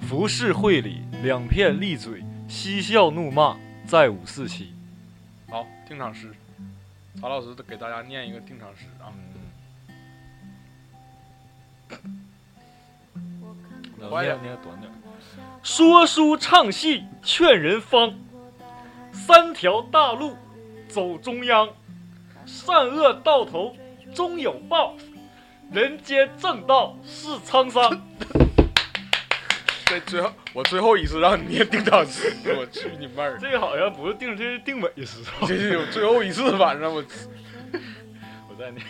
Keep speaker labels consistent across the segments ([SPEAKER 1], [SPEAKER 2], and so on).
[SPEAKER 1] 浮世绘里两片利嘴，嬉笑怒骂在五四七。
[SPEAKER 2] 好，定场诗，曹老师给大家念一个定场诗啊。快点
[SPEAKER 1] 念短点。说书唱戏劝人方，三条大路走中央，善恶到头终有报，人间正道是沧桑。
[SPEAKER 2] 对，最后我最后一次让你念定场诗，我去你妹儿！
[SPEAKER 1] 这个好像不是定，这是定美诗。
[SPEAKER 2] 这是我最后一次，晚上我
[SPEAKER 1] 我再念，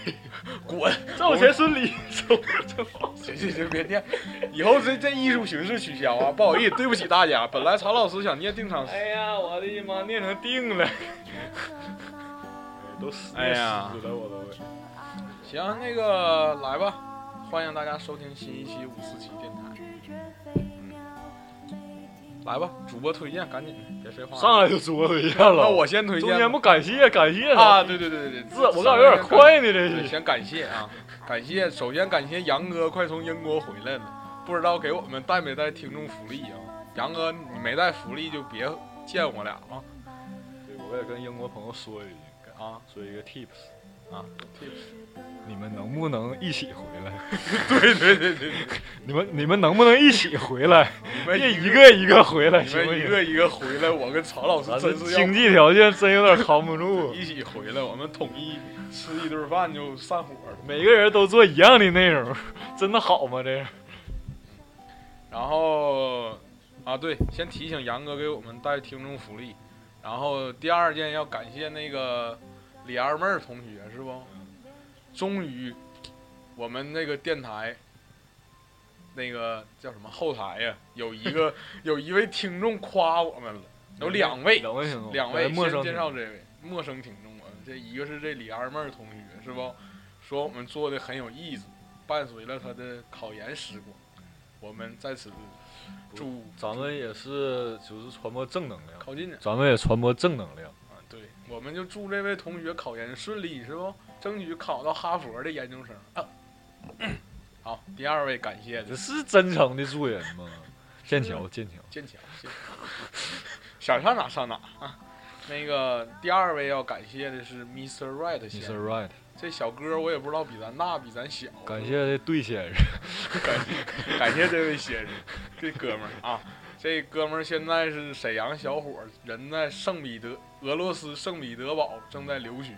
[SPEAKER 2] 滚！
[SPEAKER 1] 赵钱孙李周周王。
[SPEAKER 2] 行行行，别念，以后这这艺术形式取消啊！不好意思，对不起大家。本来曹老师想念定场诗，
[SPEAKER 1] 哎呀，我的妈，念成定了，都死，
[SPEAKER 2] 哎呀
[SPEAKER 1] 死了我都会。
[SPEAKER 2] 行，那个来吧，欢迎大家收听新一期五四七电台。嗯，来吧，主播推荐，赶紧的，别废话了。
[SPEAKER 1] 上来就说回去了，
[SPEAKER 2] 那我先推
[SPEAKER 1] 啊中
[SPEAKER 2] 荐
[SPEAKER 1] 间
[SPEAKER 2] 吧
[SPEAKER 1] 不感谢感谢他
[SPEAKER 2] 啊，对对对对对，
[SPEAKER 1] 这我感觉有点快呢，这
[SPEAKER 2] 对，
[SPEAKER 1] 是。
[SPEAKER 2] 先感谢啊，感谢，首先感谢杨哥快从英国回来了，不知道给我们带没带听众福利啊？杨哥，你没带福利就别见我俩了
[SPEAKER 1] 对，我也跟英国朋友说一句，
[SPEAKER 2] 啊！
[SPEAKER 1] 说一个 tips，
[SPEAKER 2] 啊，
[SPEAKER 1] 你们能不能一起回来？
[SPEAKER 2] 对对对对，对
[SPEAKER 1] 你们你们能不能一起回来？
[SPEAKER 2] 你们
[SPEAKER 1] 别一个一个回来，
[SPEAKER 2] 你
[SPEAKER 1] 行不
[SPEAKER 2] 们一
[SPEAKER 1] 行？
[SPEAKER 2] 个一个回来，我跟曹老师
[SPEAKER 1] 咱这
[SPEAKER 2] 真是要
[SPEAKER 1] 经济条件真有点扛不住，
[SPEAKER 2] 一起回来，我们统一吃一顿饭就散伙了。
[SPEAKER 1] 每个人都做一样的内容， 真的好吗？这样
[SPEAKER 2] 然后啊，对，先提醒杨哥给我们带听众福利。然后第二件要感谢那个李二妹儿同学，是不？终于，我们那个电台，那个叫什么后台呀，有一个有一位听众夸我们了，有两位，
[SPEAKER 1] 两位听众，
[SPEAKER 2] 两位，
[SPEAKER 1] 哦陌生
[SPEAKER 2] 先介绍这位陌生听众啊，这一个是这李二妹儿同学是不？说我们做的很有意思，伴随了他的考研时光，我们在此祝
[SPEAKER 1] 咱们也是就是传播正能量，
[SPEAKER 2] 考进呢
[SPEAKER 1] 咱们也传播正能量。
[SPEAKER 2] 啊，对，我们就祝这位同学考研顺利是不？争取考到哈佛的研究生啊。好，第二位感谢
[SPEAKER 1] 这是真诚的助人吗？剑
[SPEAKER 2] 嗯
[SPEAKER 1] 桥，剑桥，
[SPEAKER 2] 剑桥，剑桥想上哪上哪啊。那个第二位要感谢的是 Mr. Right
[SPEAKER 1] 你
[SPEAKER 2] 先
[SPEAKER 1] 是
[SPEAKER 2] 生，
[SPEAKER 1] right，
[SPEAKER 2] 这小哥我也不知道比咱大比咱小，啊
[SPEAKER 1] 感谢这对先生，
[SPEAKER 2] 感谢这位先生，这哥们儿啊，这哥们儿现在是沈阳小伙儿，人在圣彼得俄罗斯圣彼得堡正在留学，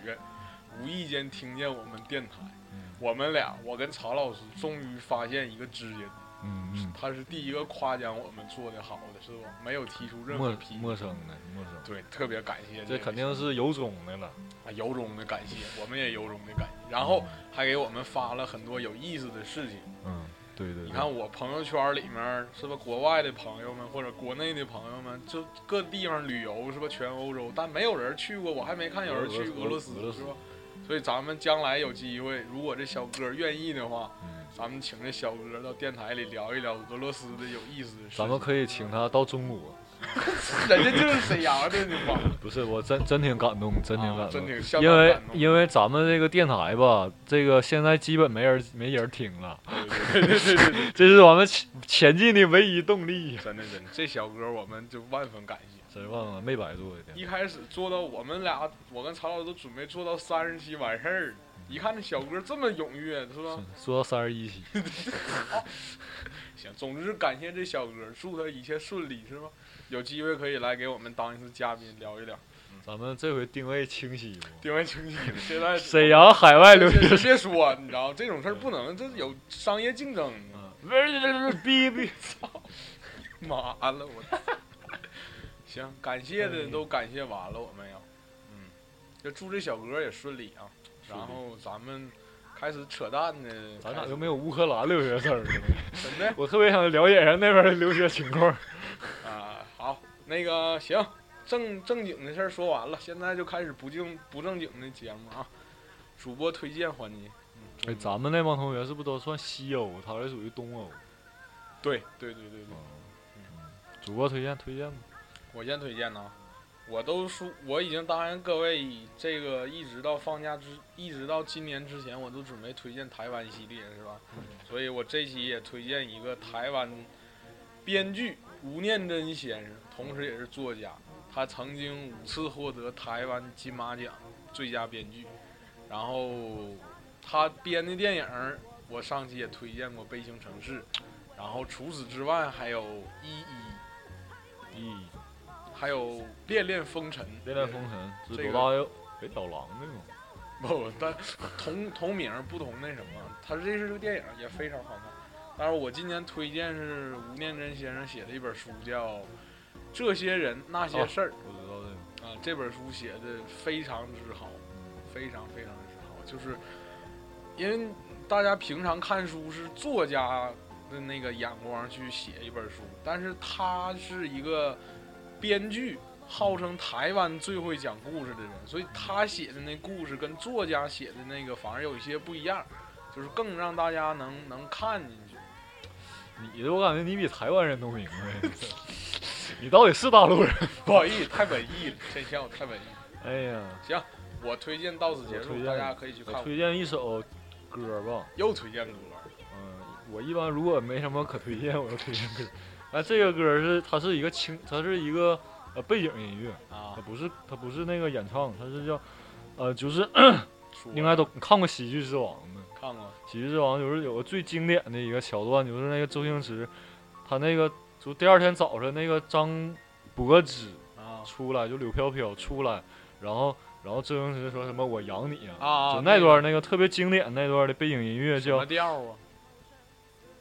[SPEAKER 2] 无意间听见我们电台，
[SPEAKER 1] 嗯
[SPEAKER 2] 我们俩我跟曹老师终于发现一个知音，
[SPEAKER 1] 嗯嗯，
[SPEAKER 2] 他是第一个夸奖我们做的好的，是吧？没有提出任何
[SPEAKER 1] 陌
[SPEAKER 2] 批评，
[SPEAKER 1] 陌生的，陌生的，
[SPEAKER 2] 对，特别感谢
[SPEAKER 1] 这
[SPEAKER 2] 位
[SPEAKER 1] 肯定是有种的了。
[SPEAKER 2] 啊，由衷的感谢，我们也由衷的感谢，然后还给我们发了很多有意思的事情。
[SPEAKER 1] 嗯，对对，
[SPEAKER 2] 你
[SPEAKER 1] 对
[SPEAKER 2] 看我朋友圈里面，是吧？国外的朋友们或者国内的朋友们，就各地方旅游，是吧？全欧洲，但没有人去过，我还没看有人
[SPEAKER 1] 俄
[SPEAKER 2] 去俄罗
[SPEAKER 1] 罗
[SPEAKER 2] 斯
[SPEAKER 1] 斯，俄罗斯
[SPEAKER 2] 是吧？所以咱们将来有机会，如果这小哥愿意的话，
[SPEAKER 1] 嗯
[SPEAKER 2] 咱们请这小哥到电台里聊一聊俄罗斯的有意思的事情。
[SPEAKER 1] 咱们可以请他到中国，
[SPEAKER 2] 人家就是沈阳的，你妈，
[SPEAKER 1] 不是我真真挺感动，真挺
[SPEAKER 2] 啊
[SPEAKER 1] 感
[SPEAKER 2] 真
[SPEAKER 1] 动。
[SPEAKER 2] 挺相
[SPEAKER 1] 因
[SPEAKER 2] 当
[SPEAKER 1] 为
[SPEAKER 2] 感动。
[SPEAKER 1] 因为咱们这个电台吧，这个现在基本没人没人听了，
[SPEAKER 2] 对对对对对对，
[SPEAKER 1] 这是我们前前进的唯一动力。
[SPEAKER 2] 真的真的，这小哥我们就万分感谢。
[SPEAKER 1] 真忘了，没白做的。
[SPEAKER 2] 一开始做到我们俩，我跟曹老师都准备做到三十期完事儿了。一看这小哥这么踊跃，是吧？
[SPEAKER 1] 说到三十一期，
[SPEAKER 2] 行，总之感谢这小哥，祝他一切顺利，是吧？有机会可以来给我们当一次嘉宾聊一聊，
[SPEAKER 1] 咱们这回定位清晰不？
[SPEAKER 2] 定位清晰了。现在
[SPEAKER 1] 沈阳海外留学
[SPEAKER 2] 这
[SPEAKER 1] 生，
[SPEAKER 2] 别说，你知道这种事儿不能，这有商业竞争。
[SPEAKER 1] 不是逼逼，
[SPEAKER 2] 妈了，我行，感谢的
[SPEAKER 1] 哎
[SPEAKER 2] 都感谢完了，我们要，嗯，就祝这小哥也顺利啊。然
[SPEAKER 1] 顺利
[SPEAKER 2] 后咱们开始扯淡的，
[SPEAKER 1] 咱咋
[SPEAKER 2] 开始
[SPEAKER 1] 啊就没有乌克兰留学生呢？
[SPEAKER 2] 真的
[SPEAKER 1] 我特别想了解一下那边的留学情况。
[SPEAKER 2] 啊，好，那个行，正正经的事儿说完了，现在就开始不正不正经的节目啊，主播推荐环节。嗯
[SPEAKER 1] 哎，咱们那帮同学是不是都算西欧？他这属于东欧。
[SPEAKER 2] 对对对
[SPEAKER 1] 嗯
[SPEAKER 2] 对对，
[SPEAKER 1] 主播推荐推荐吧。
[SPEAKER 2] 我先推荐呢，我都说我已经答应各位，这个一直到放假之，一直到今年之前，我都准备推荐台湾系列，是吧？所以我这期也推荐一个台湾编剧吴念真先生，同时也是作家，他曾经五次获得台湾金马奖最佳编剧。然后他编的电影儿，我上期也推荐过《悲情城市》，然后除此之外还有《一一》，
[SPEAKER 1] 咦，
[SPEAKER 2] 还有《恋恋风尘》。
[SPEAKER 1] 《恋恋风尘》
[SPEAKER 2] 这
[SPEAKER 1] 是
[SPEAKER 2] 个
[SPEAKER 1] 罗大佑给导狼的吗？
[SPEAKER 2] 不，但同同名儿不同那什么，他这是个电影儿也非常好看。但是我今年推荐是吴念真先生写的一本书，叫《这些人那些
[SPEAKER 1] 哦
[SPEAKER 2] 事儿》
[SPEAKER 1] 我知道这个。
[SPEAKER 2] 啊，这本书写的非常之好，非常非常之好。就是因为大家平常看书是作家的那个眼光去写一本书，但是他是一个编剧，号称台湾最会讲故事的人，所以他写的那故事跟作家写的那个反而有一些不一样，就是更让大家能能看进去。
[SPEAKER 1] 你的我感觉你比台湾人都明 白，你到底是大陆人？
[SPEAKER 2] 不好意思，太文艺了，这下我太文艺了。
[SPEAKER 1] 哎呀，
[SPEAKER 2] 我推荐到此结
[SPEAKER 1] 我推
[SPEAKER 2] 束，
[SPEAKER 1] 荐
[SPEAKER 2] 大家可以去看
[SPEAKER 1] 我
[SPEAKER 2] 我。
[SPEAKER 1] 推荐一首歌吧。
[SPEAKER 2] 又推荐歌了。
[SPEAKER 1] 嗯，我一般如果没什么可推荐，我就推荐歌。哎，这个歌是它是一个轻，它是一个呃背景音乐，
[SPEAKER 2] 啊
[SPEAKER 1] 它，不是它不是那个演唱，它是叫呃就是
[SPEAKER 2] 说
[SPEAKER 1] 应该都看过《喜剧之王》的，
[SPEAKER 2] 看过。
[SPEAKER 1] 《喜剧之王》就是有个最经典的一个桥段，就是那个周星驰，他那个就第二天早上那个张柏芝
[SPEAKER 2] 啊
[SPEAKER 1] 出来，就柳飘飘出来，然后然后周星驰说什么我养你啊，
[SPEAKER 2] 啊
[SPEAKER 1] 就那段那个特别经典那段的背景音乐
[SPEAKER 2] 什么
[SPEAKER 1] 叫
[SPEAKER 2] 调啊？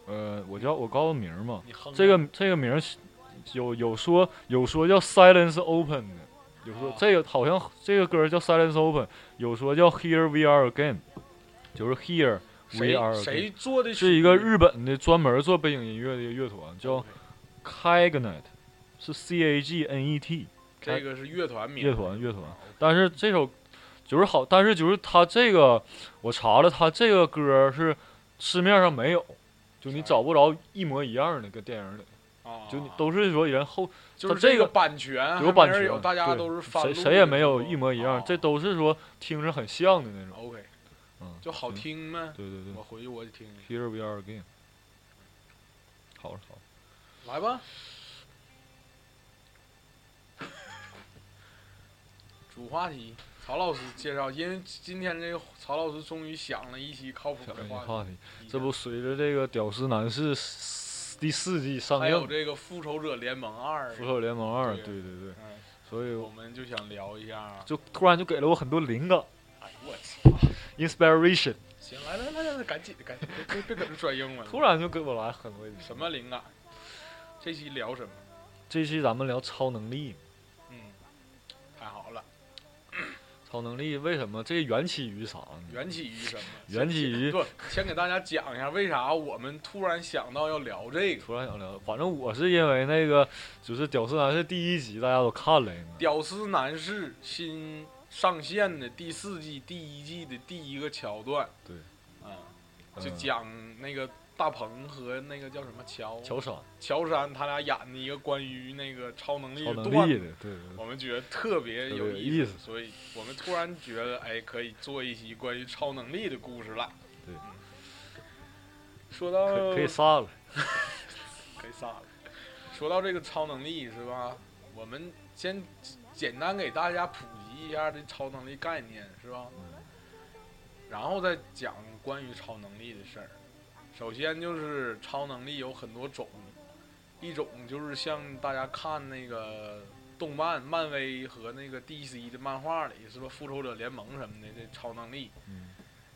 [SPEAKER 1] 呃我叫我告诉名儿嘛，
[SPEAKER 2] 你哼
[SPEAKER 1] 这个这个名儿是有有说有说叫 Silence Open 的，有说
[SPEAKER 2] 啊
[SPEAKER 1] 这个好像这个歌叫 Silence Open，有说叫 Here We Are Again，就是 Here
[SPEAKER 2] 谁
[SPEAKER 1] We Are
[SPEAKER 2] 谁
[SPEAKER 1] Again，
[SPEAKER 2] 做的曲？
[SPEAKER 1] 是一个日本的专门做背景音乐的一个乐团，叫 Cagnet，是 C A G N E T
[SPEAKER 2] 这个是乐团名。
[SPEAKER 1] 乐团乐团
[SPEAKER 2] 啊。
[SPEAKER 1] 但是这首就是好，但是就是他这个我查了，他这个歌是市面上没有，就你
[SPEAKER 2] 啥呀
[SPEAKER 1] 找不着一模一样的跟电影里。
[SPEAKER 2] 啊，
[SPEAKER 1] 就你都是说人后
[SPEAKER 2] 就是
[SPEAKER 1] 它这
[SPEAKER 2] 这个
[SPEAKER 1] 个
[SPEAKER 2] 版权，
[SPEAKER 1] 有版
[SPEAKER 2] 还没人
[SPEAKER 1] 权，
[SPEAKER 2] 有大家
[SPEAKER 1] 对
[SPEAKER 2] 都是翻录
[SPEAKER 1] 谁
[SPEAKER 2] 的
[SPEAKER 1] 谁也没有一模一样，
[SPEAKER 2] 啊
[SPEAKER 1] 这都是说听着很像的那种。
[SPEAKER 2] OK，
[SPEAKER 1] 嗯，
[SPEAKER 2] 就好
[SPEAKER 1] 行。
[SPEAKER 2] 听呗。
[SPEAKER 1] 对对对
[SPEAKER 2] 我回去我就听听，
[SPEAKER 1] ，Here we are again。好了好了，
[SPEAKER 2] 来吧。主话题，曹老师介绍，因为今天这个曹老师终于想了一期靠谱
[SPEAKER 1] 下
[SPEAKER 2] 的
[SPEAKER 1] 面一个
[SPEAKER 2] 话
[SPEAKER 1] 话
[SPEAKER 2] 题，
[SPEAKER 1] 题，这不随着这个《屌丝男士》第四季上
[SPEAKER 2] 还
[SPEAKER 1] 映，
[SPEAKER 2] 有
[SPEAKER 1] 《
[SPEAKER 2] 这个《复仇者联盟二》，
[SPEAKER 1] 复仇联盟二》
[SPEAKER 2] 对
[SPEAKER 1] 对对对，
[SPEAKER 2] 嗯，
[SPEAKER 1] 所以
[SPEAKER 2] 我们就想聊一下，啊
[SPEAKER 1] 就突然就给了我很多灵感
[SPEAKER 2] 哎我操，
[SPEAKER 1] ，inspiration，
[SPEAKER 2] 行，来来来来，赶紧赶紧，别别别搁这转英文了，
[SPEAKER 1] 突然就给我来很多灵感
[SPEAKER 2] 什么灵感？这期聊什么？
[SPEAKER 1] 这期咱们聊超能力，
[SPEAKER 2] 嗯，太好了，
[SPEAKER 1] 超能力为什么这缘起于啥呢？
[SPEAKER 2] 缘起于什么？
[SPEAKER 1] 缘起于
[SPEAKER 2] 不，先给大家讲一下为啥我们突然想到要聊这个。
[SPEAKER 1] 突然想聊，反正我是因为那个就是《屌丝男士》第一集大家都看了，应该
[SPEAKER 2] 屌丝男士新上线的第四季第一季的第一个桥段，
[SPEAKER 1] 对，
[SPEAKER 2] 啊、就
[SPEAKER 1] 嗯
[SPEAKER 2] 讲那个大鹏和那个叫什么乔
[SPEAKER 1] 乔杉
[SPEAKER 2] 乔杉他俩演的一个关于那个超能力
[SPEAKER 1] 超
[SPEAKER 2] 的
[SPEAKER 1] 能
[SPEAKER 2] 段
[SPEAKER 1] 力
[SPEAKER 2] 子，
[SPEAKER 1] 的，对对对，
[SPEAKER 2] 我们觉得特别有
[SPEAKER 1] 特别有
[SPEAKER 2] 意
[SPEAKER 1] 意
[SPEAKER 2] 思，
[SPEAKER 1] 思
[SPEAKER 2] 所以我们突然觉得，哎，可以做一期关于超能力的故事了。
[SPEAKER 1] 对
[SPEAKER 2] 嗯，说到
[SPEAKER 1] 可以可以散了。
[SPEAKER 2] 可以杀了。说到这个超能力是吧？我们先简单给大家普及一下这超能力概念是吧？
[SPEAKER 1] 嗯
[SPEAKER 2] 然后再讲关于超能力的事儿。首先就是超能力有很多种，一种就是像大家看那个动漫、漫威和那个 DC 的漫画里，是吧？复仇者联盟什么的，这超能力。
[SPEAKER 1] 嗯，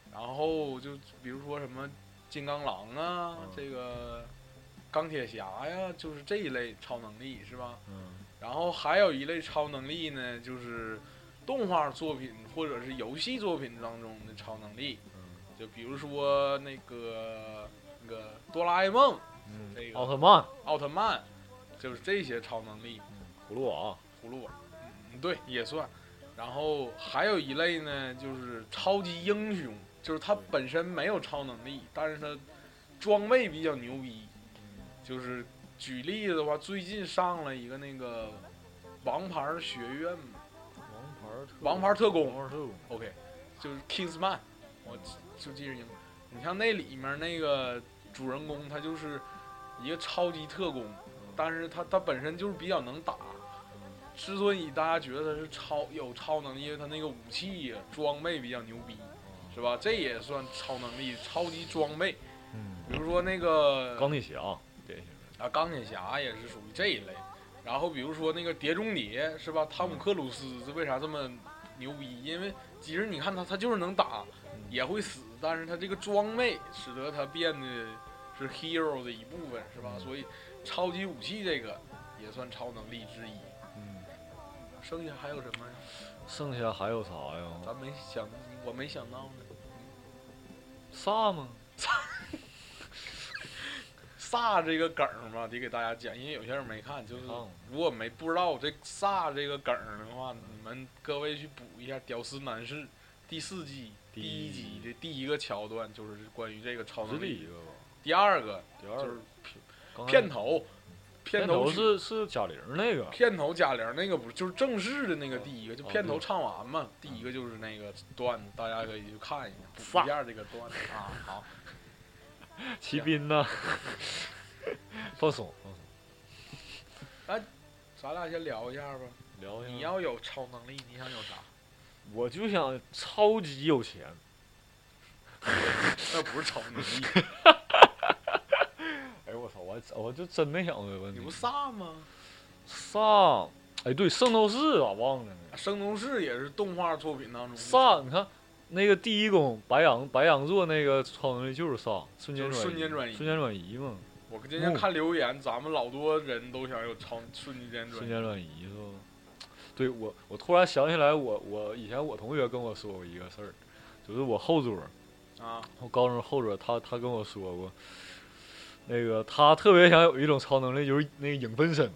[SPEAKER 2] 然后就比如说什么金刚狼啊，
[SPEAKER 1] 嗯
[SPEAKER 2] 这个钢铁侠呀，就是这一类超能力是吧？
[SPEAKER 1] 嗯
[SPEAKER 2] 然后还有一类超能力呢，就是动画作品或者是游戏作品当中的超能力，
[SPEAKER 1] 嗯
[SPEAKER 2] 就比如说那个那个哆啦 A 梦、这
[SPEAKER 1] 嗯，
[SPEAKER 2] 个
[SPEAKER 1] 奥特曼、
[SPEAKER 2] 奥特曼，就是这些超能力。
[SPEAKER 1] 葫芦娃，
[SPEAKER 2] 葫芦娃，嗯，对，也算。然后还有一类呢，就是超级英雄，就是他
[SPEAKER 1] 对
[SPEAKER 2] 本身没有超能力，但是他装备比较牛逼。
[SPEAKER 1] 嗯
[SPEAKER 2] 就是举例子的话，最近上了一个那个王牌学院嘛
[SPEAKER 1] 王牌儿特
[SPEAKER 2] 王牌特工
[SPEAKER 1] 王牌特工，啊
[SPEAKER 2] ，OK，就是 Kingsman，我就记着英文。你像那里面那个主人公，他就是一个超级特工，
[SPEAKER 1] 嗯
[SPEAKER 2] 但是他他本身就是比较能打。之所以大家觉得他是超有超能力，因为他那个武器装备比较牛逼，是吧？这也算超能力，超级装备。
[SPEAKER 1] 嗯，
[SPEAKER 2] 比如说那个
[SPEAKER 1] 钢铁侠典型的，
[SPEAKER 2] 啊，钢铁侠也是属于这一类。然后比如说那个《碟中谍》是吧？汤姆克鲁斯这为啥这么牛逼？因为其实你看他，他就是能打，也会死，但是他这个装备使得他变得是 hero 的一部分，是吧？所以超级武器这个也算超能力之一。
[SPEAKER 1] 嗯，
[SPEAKER 2] 剩下还有什么呀？
[SPEAKER 1] 剩下还有啥呀？
[SPEAKER 2] 咱没想，我没想到呢。
[SPEAKER 1] 萨吗？
[SPEAKER 2] 萨这个梗儿嘛，得给大家讲，因为有些人没看，就是
[SPEAKER 1] 没看过
[SPEAKER 2] 如果没不知道这萨这个梗儿的话，你们各位去补一下《屌丝男士》第四季
[SPEAKER 1] 第
[SPEAKER 2] 第
[SPEAKER 1] 一
[SPEAKER 2] 一集的第一个桥段，就是关于这个超
[SPEAKER 1] 是
[SPEAKER 2] 能
[SPEAKER 1] 第
[SPEAKER 2] 力
[SPEAKER 1] 一。个吧？
[SPEAKER 2] 第二个
[SPEAKER 1] 第
[SPEAKER 2] 就
[SPEAKER 1] 二
[SPEAKER 2] 是
[SPEAKER 1] 个刚才
[SPEAKER 2] 片头，
[SPEAKER 1] 片
[SPEAKER 2] 片
[SPEAKER 1] 头
[SPEAKER 2] 头曲
[SPEAKER 1] 是是贾玲那个，
[SPEAKER 2] 片头贾玲那个不是就是正式的那个第一个，就
[SPEAKER 1] 哦
[SPEAKER 2] 片头
[SPEAKER 1] 对
[SPEAKER 2] 唱完嘛，第一个就是那个段子，大家可以去看一下，
[SPEAKER 3] 萨
[SPEAKER 2] 补一下这个段子啊。好，
[SPEAKER 1] 骑兵呢？放松放松，
[SPEAKER 2] 咱俩先聊一下吧。
[SPEAKER 1] 聊一
[SPEAKER 2] 你
[SPEAKER 1] 下。
[SPEAKER 2] 要有超能力，你想有啥？
[SPEAKER 1] 我就想超级有钱，
[SPEAKER 2] 嗯那不是超能力。
[SPEAKER 1] 哎呦我操，我还我就真没想过这个问
[SPEAKER 2] 你
[SPEAKER 1] 题。
[SPEAKER 2] 不萨吗？
[SPEAKER 1] 萨，哎对，圣斗士咋忘了呢？
[SPEAKER 2] 圣斗士也是动画作品当中的
[SPEAKER 1] 萨，你看那个第一宫白羊白羊座那个超能力就是萨，瞬间
[SPEAKER 2] 就
[SPEAKER 1] 转
[SPEAKER 2] 是瞬间转移
[SPEAKER 1] 移，瞬间转移嘛，
[SPEAKER 2] 我今天看留言，咱们老多人都想有超瞬间转
[SPEAKER 1] 瞬
[SPEAKER 2] 移。
[SPEAKER 1] 间转移是吧？对我我突然想起来我，我以前我同学跟我说过一个事儿，就是我后桌，
[SPEAKER 2] 啊，
[SPEAKER 1] 我高中后边儿他他跟我说过，那个他特别想有一种超能力，就是那个影分身，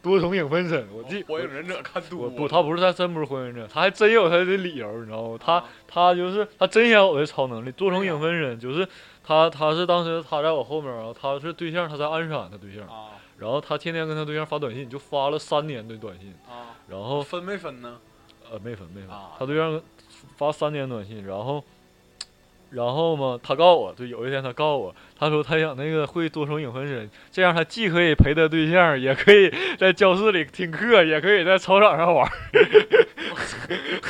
[SPEAKER 1] 多重影分身。我记
[SPEAKER 2] 哦火影忍者看
[SPEAKER 1] 我
[SPEAKER 2] 多
[SPEAKER 1] 我
[SPEAKER 2] 了。
[SPEAKER 1] 不，他不是他真不是火影忍者，他还真有他的理由，你知道吗？他
[SPEAKER 2] 啊
[SPEAKER 1] 他就是他真想有这超能力，多重
[SPEAKER 2] 对呀啊
[SPEAKER 1] 影分身就是他他是当时他在我后面儿，然后他是对象，他在鞍山，他对象，
[SPEAKER 2] 啊
[SPEAKER 1] 然后他天天跟他对象发短信，就发了三年的短信，
[SPEAKER 2] 啊，
[SPEAKER 1] 然后
[SPEAKER 2] 分没分呢？
[SPEAKER 1] 呃，没分没分
[SPEAKER 2] 啊，
[SPEAKER 1] 他对象发三年短信，然后，然后嘛，他告我，对，有一天他告我，他说他想那个会多重影分身，这样他既可以陪他对象，也可以在教室里听课，也可以在操场上玩儿。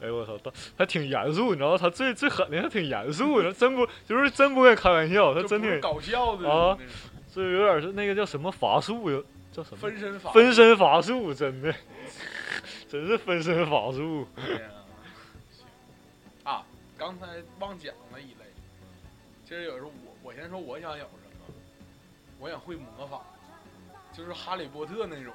[SPEAKER 1] 哎呦我操，他他挺严肃，你知道吗？他最最狠的，他挺严肃的，真不就是真不跟你开玩笑，他
[SPEAKER 2] 这
[SPEAKER 1] 真
[SPEAKER 2] 不是
[SPEAKER 1] 挺
[SPEAKER 2] 搞笑的
[SPEAKER 1] 呃啊
[SPEAKER 2] 那种
[SPEAKER 1] 这有点是那个叫什么法术，叫什么
[SPEAKER 2] 分身法。
[SPEAKER 1] 分身乏术，真 的，真是分身乏术。
[SPEAKER 2] 哎呀行啊，刚才忘讲了一类，其实有时候我我先说我想有什么，我想会魔法，就是哈利波特那种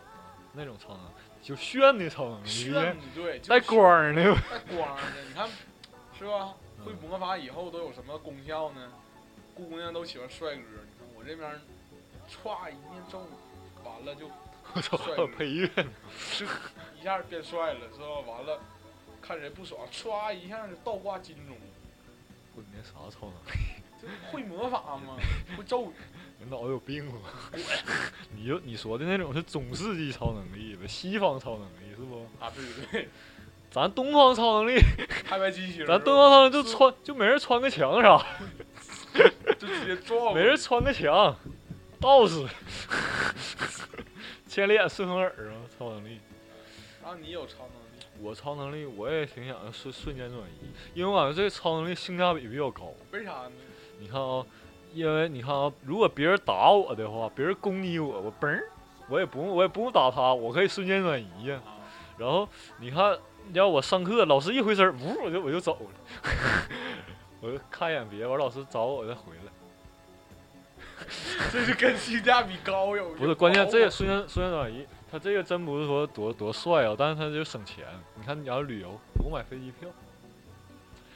[SPEAKER 1] 那种超能力，就炫的超能力，
[SPEAKER 2] 炫
[SPEAKER 1] 就是
[SPEAKER 2] 的，对，就
[SPEAKER 1] 带
[SPEAKER 2] 是
[SPEAKER 1] 光儿的。
[SPEAKER 2] 带光儿的，你看是吧？
[SPEAKER 1] 嗯
[SPEAKER 2] 会魔法以后都有什么功效呢？姑娘都喜欢帅哥，你看我这边儿，歘一念咒，完了就
[SPEAKER 1] 我操，还有配乐，
[SPEAKER 2] 就一下变帅了，是吧？完了，看谁不爽，歘一下就倒挂金钟，
[SPEAKER 1] 滚的啥超能力？
[SPEAKER 2] 就会魔法吗？会咒语？
[SPEAKER 1] 你脑子有病吧？你就你说的那种是中世纪超能力吧？西方超能力是不？
[SPEAKER 2] 啊，对对 对，
[SPEAKER 1] 咱东方超能力，
[SPEAKER 2] 拍拍机器人儿，
[SPEAKER 1] 咱东方超能力就穿就没人穿个墙啥，
[SPEAKER 2] 就直接撞，
[SPEAKER 1] 没人穿个墙，道士， 千里眼顺风耳啊，超能力。
[SPEAKER 2] 然后你有超能力，
[SPEAKER 1] 我超能力我也挺想瞬瞬间转移，因为我感觉这个超能力性价比比较高。
[SPEAKER 2] 为啥呢？
[SPEAKER 1] 你看啊、因为你看啊、如果别人打我的话，别人攻击我，我嘣儿，我也不用我也不用打他，我可以瞬间转移呀。
[SPEAKER 2] 啊，
[SPEAKER 1] 然后你看，你要我上课，老师一回身儿，呜，我就我就走了， 我就看一眼别，我老师找我，我再回来。
[SPEAKER 2] 这是跟性价比高有
[SPEAKER 1] 不是，关键这个瞬间瞬间转移，他这个真不是说多多帅啊，但是他就省钱。你看你要旅游，不用买飞机票，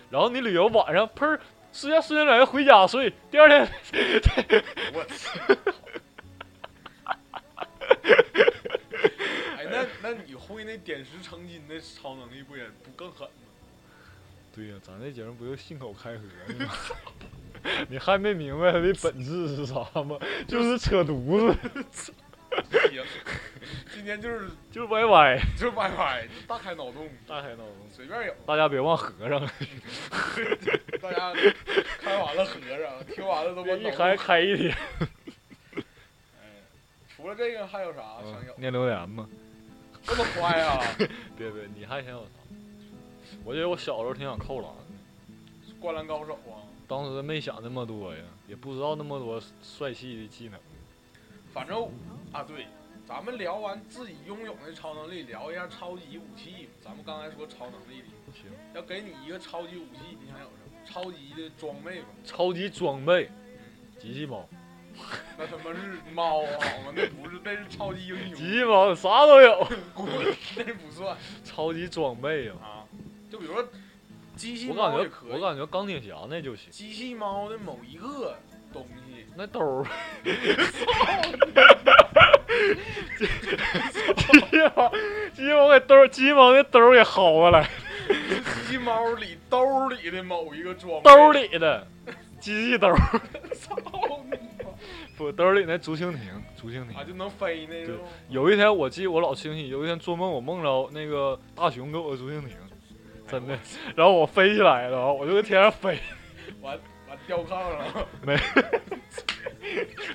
[SPEAKER 1] 然后你旅游晚上砰儿，瞬间瞬间转移回家睡，第二天
[SPEAKER 2] 我操！哎，那那你会那点石成金的超能力不也不更狠吗？
[SPEAKER 1] 对呀、咱这节目不就信口开河呢吗？ 你还没明白它的本质是啥吗？就是扯犊子，
[SPEAKER 2] 行，今天就是
[SPEAKER 1] 就是歪歪。
[SPEAKER 2] 就是歪歪，就大开脑洞，
[SPEAKER 1] 大海脑
[SPEAKER 2] 随便有。
[SPEAKER 1] 大家别忘合上，
[SPEAKER 2] 大家开完了合上，听完了都把
[SPEAKER 1] 别
[SPEAKER 2] 脑
[SPEAKER 1] 一
[SPEAKER 2] 洞
[SPEAKER 1] 开开一天。
[SPEAKER 2] 哎，除了这个还有啥
[SPEAKER 1] 嗯
[SPEAKER 2] 想有？
[SPEAKER 1] 念留言嘛，
[SPEAKER 2] 这么快啊？
[SPEAKER 1] 别别，你还想有啥？我觉得我小时候挺想扣篮的，
[SPEAKER 2] 灌篮高手啊！
[SPEAKER 1] 当时没想那么多呀，也不知道那么多帅气的技能。
[SPEAKER 2] 反正啊，对，咱们聊完自己拥有的超能力，聊一下超级武器。咱们刚才说超能力里，
[SPEAKER 1] 行，
[SPEAKER 2] 要给你一个超级武器，你想有什么？超级的装备吧？
[SPEAKER 1] 超级装备，机器猫，
[SPEAKER 2] 那他妈是猫好吗？那不是，那是超级英
[SPEAKER 1] 机
[SPEAKER 2] 雄，
[SPEAKER 1] 器猫啥都有，
[SPEAKER 2] 滚， 那不算
[SPEAKER 1] 超级装备啊！
[SPEAKER 2] 啊。就比如说机器
[SPEAKER 1] 我
[SPEAKER 2] 猫
[SPEAKER 1] 感
[SPEAKER 2] 也
[SPEAKER 1] 觉
[SPEAKER 2] 可
[SPEAKER 1] 我
[SPEAKER 2] 以，
[SPEAKER 1] 感觉钢铁侠那就行，
[SPEAKER 2] 机器猫的某一个东西，
[SPEAKER 1] 那兜儿，机器猫，机器猫给兜儿，机器猫那兜儿给薅过来，
[SPEAKER 2] 机器猫里兜里的某一个装备
[SPEAKER 1] 兜，里的机器兜儿，
[SPEAKER 2] 操你妈！
[SPEAKER 1] 不兜里那竹蜻蜓，竹蜻
[SPEAKER 2] 啊，
[SPEAKER 1] 蜓。
[SPEAKER 2] 就能飞那种。
[SPEAKER 1] 有一天我记我老清醒，有一天做梦我梦着那个大熊给我的竹蜻蜓，真的，然后我飞起来了，我就在天上飞，
[SPEAKER 2] 完完掉炕上了。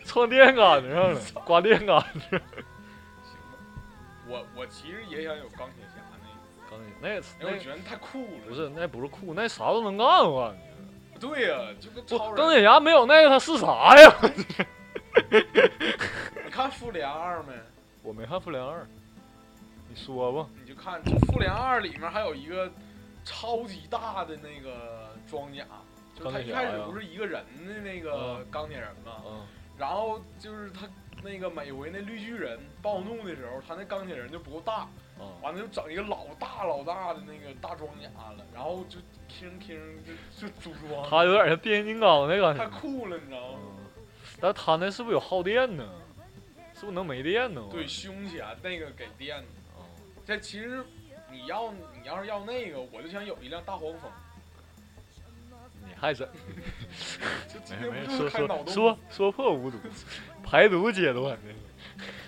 [SPEAKER 1] 撞电杆子上了， 刮电杆子。
[SPEAKER 2] 行吧，我我其实也想有钢铁侠那
[SPEAKER 1] 钢铁那
[SPEAKER 2] 个，因为
[SPEAKER 1] 那
[SPEAKER 2] 我觉得太酷了。
[SPEAKER 1] 不是那不是酷，那啥都能干我。
[SPEAKER 2] 对呀、就跟
[SPEAKER 1] 不
[SPEAKER 2] 超，
[SPEAKER 1] 钢
[SPEAKER 2] 人。
[SPEAKER 1] 铁侠没有那个他是啥呀？
[SPEAKER 2] 你看《复联二》没？
[SPEAKER 1] 我没看复联二，你说吧。
[SPEAKER 2] 你就看《复联二》里面还有一个超级大的那个装甲，就是他
[SPEAKER 1] 钢铁
[SPEAKER 2] 一
[SPEAKER 1] 侠
[SPEAKER 2] 开始
[SPEAKER 1] 呀
[SPEAKER 2] 不是一个人的那个
[SPEAKER 1] 嗯
[SPEAKER 2] 钢铁人嘛，
[SPEAKER 1] 嗯，
[SPEAKER 2] 然后就是他那个每回那绿巨人暴怒的时候，他那钢铁人就不够大，
[SPEAKER 1] 啊，
[SPEAKER 2] 完了就整一个老大老大的那个大装甲了，然后就听听就就组装，
[SPEAKER 1] 他有点像变形金刚那感
[SPEAKER 2] 太
[SPEAKER 1] 觉。
[SPEAKER 2] 酷了，你知道吗？
[SPEAKER 1] 嗯但他那是不是有耗电呢？是不是能没电呢？
[SPEAKER 2] 对，胸前那个给电的，
[SPEAKER 1] 哦
[SPEAKER 2] 这其实你要你要是要那个，我就想有一辆大黄蜂，
[SPEAKER 1] 你还真
[SPEAKER 2] 就今
[SPEAKER 1] 没
[SPEAKER 2] 天
[SPEAKER 1] 没
[SPEAKER 2] 不
[SPEAKER 1] 说
[SPEAKER 2] 是开
[SPEAKER 1] 说
[SPEAKER 2] 脑洞，
[SPEAKER 1] 说说破无毒，排毒阶段呢。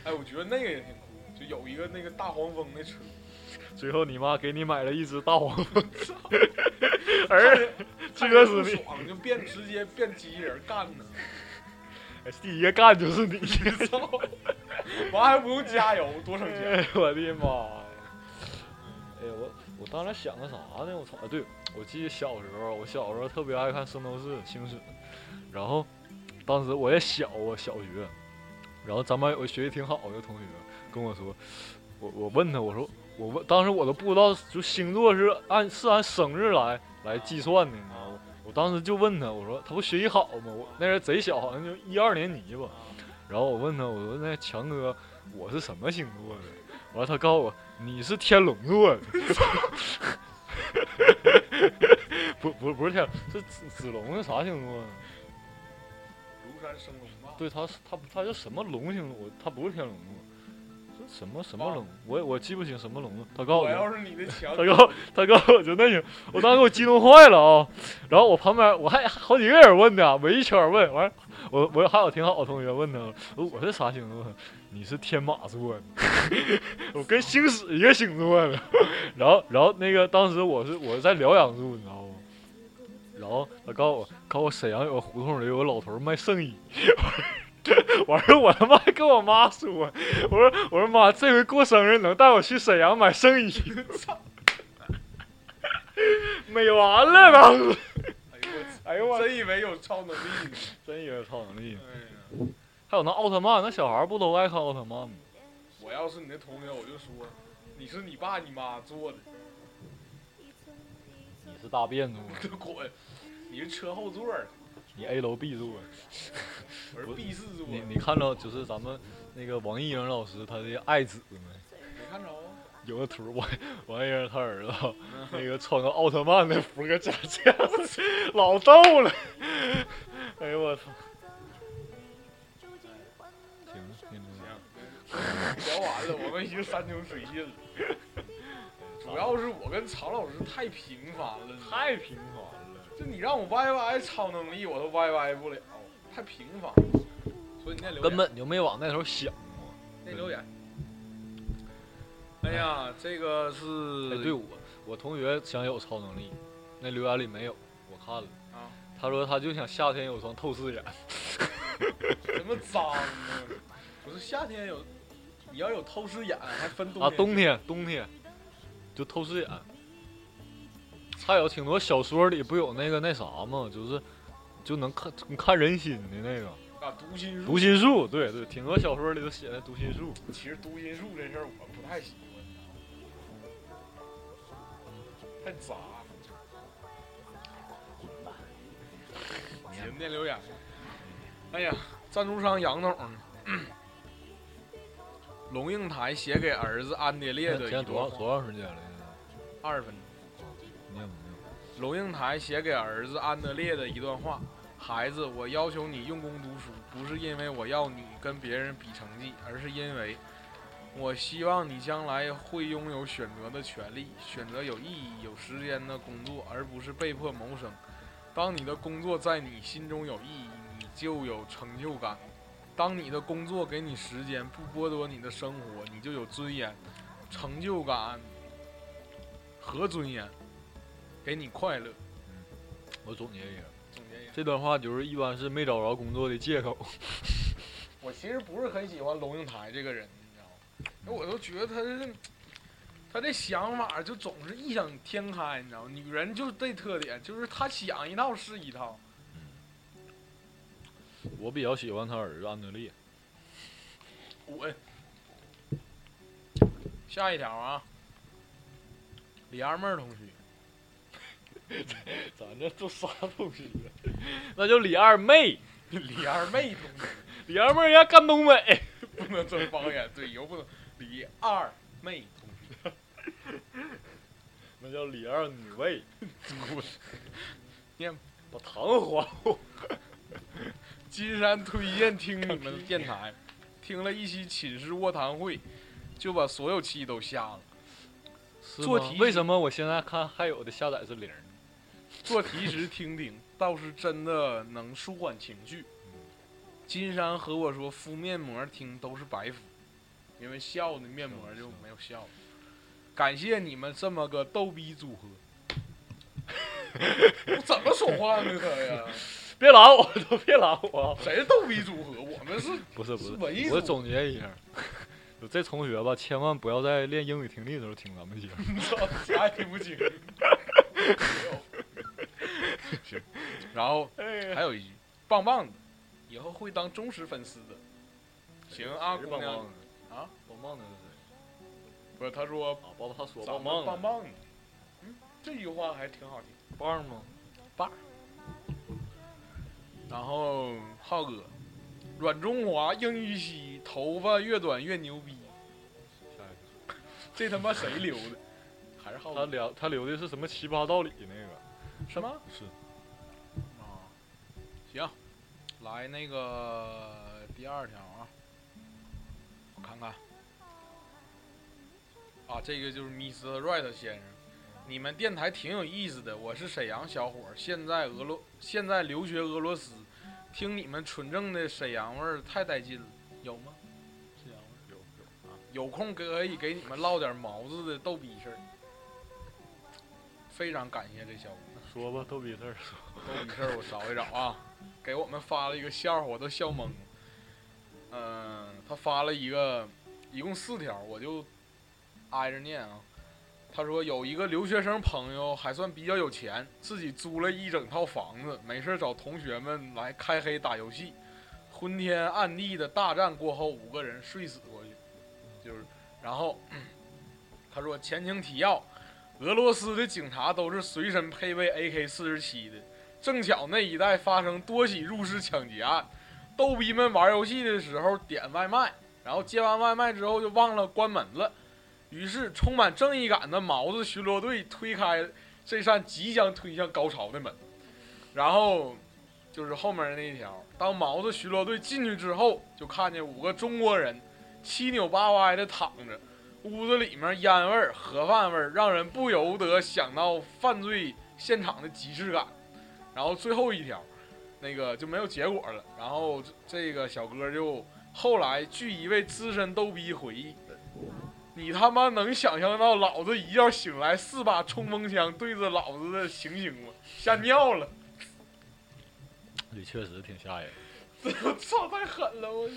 [SPEAKER 2] 哎，我觉得那个也挺酷，就有一个那个大黄蜂的车，
[SPEAKER 1] 最后你妈给你买了一只大黄 蜂，
[SPEAKER 2] 看
[SPEAKER 1] 儿
[SPEAKER 2] 着
[SPEAKER 1] 这
[SPEAKER 2] 看着
[SPEAKER 1] 是
[SPEAKER 2] 不
[SPEAKER 1] 你
[SPEAKER 2] 爽就变直接变机器人干呢，
[SPEAKER 1] 第一个干就是你，
[SPEAKER 2] 操，完还不用加油，多省钱。
[SPEAKER 1] 哎我的妈呀！哎呀，我我当时想个啥呢？我操！啊对，我记得小时候，我小时候特别爱看《圣斗士星矢》，然后当时我也小啊，小学，然后咱班有个学习挺好的同学跟我说，我我问他，我说我问，当时我都不知道，就星座是按是按生日来来计算的，你知
[SPEAKER 2] 啊
[SPEAKER 1] 道吗？我当时就问他，我说他不学习好吗？我那人贼小，好像就一二年级吧。然后我问他，我说那强哥，我是什么星座的？完了他告诉我你是天龙座的， 不不不是天，是子子龙是啥星座啊？
[SPEAKER 2] 庐山升龙霸，
[SPEAKER 1] 对，他是他他叫什么龙星座？他不是天龙座，这什么什么龙？我也我记不清什么龙了。他告诉
[SPEAKER 2] 我
[SPEAKER 1] 我，
[SPEAKER 2] 要是你的强
[SPEAKER 1] 他，告他告诉我就那行，我当时给我激动坏了啊、然后我旁边我还好几个人问呢，围一圈问，完我我还有挺好的同学问他，我说我是啥星座？你是天马座的， 我跟星矢一个星座的。 然后然后那个当时我是我在辽阳住，你知道吗？然后他告诉我，告诉我沈阳有个胡同里有个老头儿卖圣衣。 完事儿我他妈还跟我妈说，我说我说妈，这回过生日能带我去沈阳买圣衣？美完了当时，
[SPEAKER 2] 哎呦 我
[SPEAKER 1] 哎呦我
[SPEAKER 2] 操，真以为有超能力呢，
[SPEAKER 1] 真以为超能力
[SPEAKER 2] 哎。呀。
[SPEAKER 1] 还有那奥特曼，那小孩儿不都爱看奥特曼吗？
[SPEAKER 2] 我要是你的同学，我就说你是你爸你妈做的，
[SPEAKER 1] 你是大便座，
[SPEAKER 2] 滚！你是车后座儿，
[SPEAKER 1] 你 A 楼 B 啊座。
[SPEAKER 2] 我是
[SPEAKER 1] 不
[SPEAKER 2] B 四座儿，
[SPEAKER 1] 你
[SPEAKER 2] 没
[SPEAKER 1] 你看着就是咱们那个王一英老师他的爱子没？
[SPEAKER 2] 看着啊？
[SPEAKER 1] 有个图，王 王一英他儿子那个穿个奥特曼的服搁家架子，老逗 了。哎呦我操！哎行，挺牛
[SPEAKER 2] 行，聊完了，我们已经山穷水尽了。主要是我跟曹老师太频繁了，
[SPEAKER 1] 太频繁了。
[SPEAKER 2] 就你让我 YY 超能力，我都 YY 不了，太频繁了。所以你那留言
[SPEAKER 1] 根本就没往那头想过。
[SPEAKER 2] 那留言。哎呀，这个是
[SPEAKER 1] 哎，对我，我同学想有超能力，那留言里没有，我看了。
[SPEAKER 2] 啊
[SPEAKER 1] 他说他就想夏天有双透视眼，
[SPEAKER 2] 什么脏啊！不是夏天有，你要有透视眼，还分冬
[SPEAKER 1] 啊，
[SPEAKER 2] 天
[SPEAKER 1] 冬天冬天就透视眼。还有挺多小说里不有那个那啥吗？就是就能看能看人心的那个
[SPEAKER 2] 啊，读心术。
[SPEAKER 1] 读心术，对对，挺多小说里都写的读心术。
[SPEAKER 2] 其实读音术这事儿我不太喜欢，太杂。人电留言，哎呀，赞助商杨总，嗯龙应台写给儿子安德烈的
[SPEAKER 1] 现在
[SPEAKER 2] 一
[SPEAKER 1] 多少
[SPEAKER 2] 段话，
[SPEAKER 1] 多长时间了？现在哦
[SPEAKER 2] 二十分钟。
[SPEAKER 1] 念不念？
[SPEAKER 2] 龙应台写给儿子安德烈的一段话：“孩子，我要求你用功读书，不是因为我要你跟别人比成绩，而是因为我希望你将来会拥有选择的权利，选择有意义、有时间的工作，而不是被迫谋生。当你的工作在你心中有意义，你就有成就感；当你的工作给你时间，不剥夺你的生活，你就有尊严、成就感和尊严，给你快乐。”
[SPEAKER 1] 我总结一下，
[SPEAKER 2] 总结一下，
[SPEAKER 1] 这段话就是一般是没找着工作的借口。
[SPEAKER 2] 我其实不是很喜欢龙应台这个人，你知道吗？因为我都觉得他是，他这想法就总是异想天开，你知道吗？女人就是这特点，就是她想一套是一套。
[SPEAKER 1] 我比较喜欢他儿子安德烈。
[SPEAKER 2] 我 下一条啊，李二妹儿同学，
[SPEAKER 1] 咱这都啥东西了？那就李二妹，
[SPEAKER 2] 李二妹同学，
[SPEAKER 1] 李二妹儿人家干东北。
[SPEAKER 2] 不能这么方言，对，以后不能李二妹同学。
[SPEAKER 1] 那叫李二女卫，
[SPEAKER 2] 念
[SPEAKER 1] 把糖花。
[SPEAKER 2] 金山推荐听你们的电台，听了一期寝室卧谈会，就把所有期都下了。做题
[SPEAKER 1] 为什么我现在看还有的下载是零儿？
[SPEAKER 2] 做题时听听，倒是真的能舒缓情绪。金山和我说敷面膜听都是白敷，因为笑的面膜就没有效。感谢你们这么个逗逼组合。 我怎么说话呢？他呀，
[SPEAKER 1] 别拉我， 都别拉我。
[SPEAKER 2] 谁是逗逼组合？我们是
[SPEAKER 1] 不是不
[SPEAKER 2] 是
[SPEAKER 1] 是，
[SPEAKER 2] 文艺
[SPEAKER 1] 我
[SPEAKER 2] 组合。
[SPEAKER 1] 总结一下，就 这同学吧，千万不要在练英语听力的时候听咱们节目。
[SPEAKER 2] 操，啥也听不清。行，然后
[SPEAKER 1] 哎
[SPEAKER 2] 还有一句，棒棒的，以后会当忠实粉丝的。行啊，姑娘，啊，
[SPEAKER 1] 棒棒的是
[SPEAKER 2] 不是他说
[SPEAKER 1] 谁？啊，包他说
[SPEAKER 2] 咱们
[SPEAKER 1] 棒
[SPEAKER 2] 棒
[SPEAKER 1] 棒
[SPEAKER 2] 棒的，嗯，这句话还挺好听。
[SPEAKER 1] 棒吗？
[SPEAKER 2] 然后浩哥，阮中华英语系，头发越短越牛逼，
[SPEAKER 1] 下一
[SPEAKER 2] 这他妈谁留的？还是浩
[SPEAKER 1] 个，他
[SPEAKER 2] 哥？
[SPEAKER 1] 聊他留的是什么奇葩道理那个？
[SPEAKER 2] 什么？
[SPEAKER 1] 是
[SPEAKER 2] 啊，行，来那个第二条啊，我看看。啊，这个就是 Mr. Right 先生，你们电台挺有意思的。我是沈阳小伙儿，现在俄罗现在留学俄罗斯，听你们纯正的沈阳味儿太带劲了，有吗？沈阳味儿有有啊，有空可以给你们唠点毛子的逗逼事儿。非常感谢这小伙。
[SPEAKER 1] 说吧，逗逼事儿。
[SPEAKER 2] 逗逼事儿我找一找啊，给我们发了一个笑话，我都笑懵了。嗯、他发了一个，一共四条，我就挨着念啊。他说有一个留学生朋友还算比较有钱，自己租了一整套房子，没事儿找同学们来开黑打游戏，昏天暗地的大战过后，五个人睡死过去，就是，然后 他说前情提要，俄罗斯的警察都是随身配备 AK 四十七的，正巧那一带发生多起入室抢劫案，逗逼们玩游戏的时候点外卖，然后接完外卖之后就忘了关门了，于是充满正义感的毛子巡逻队推开这扇即将推向高潮的门，然后就是后面那一条，当毛子巡逻队进去之后，就看见五个中国人七扭八歪的躺着。屋子里面烟味儿、盒饭味儿，让人不由得想到犯罪现场的即视感。然后最后一条，那个就没有结果了。然后这这个小哥就后来据一位资深逗逼回忆，你他妈能想象到老子一觉醒来四把冲锋枪对着老子的行刑吗？吓尿了！
[SPEAKER 1] 这确实挺吓人。
[SPEAKER 2] 我操，太狠了我。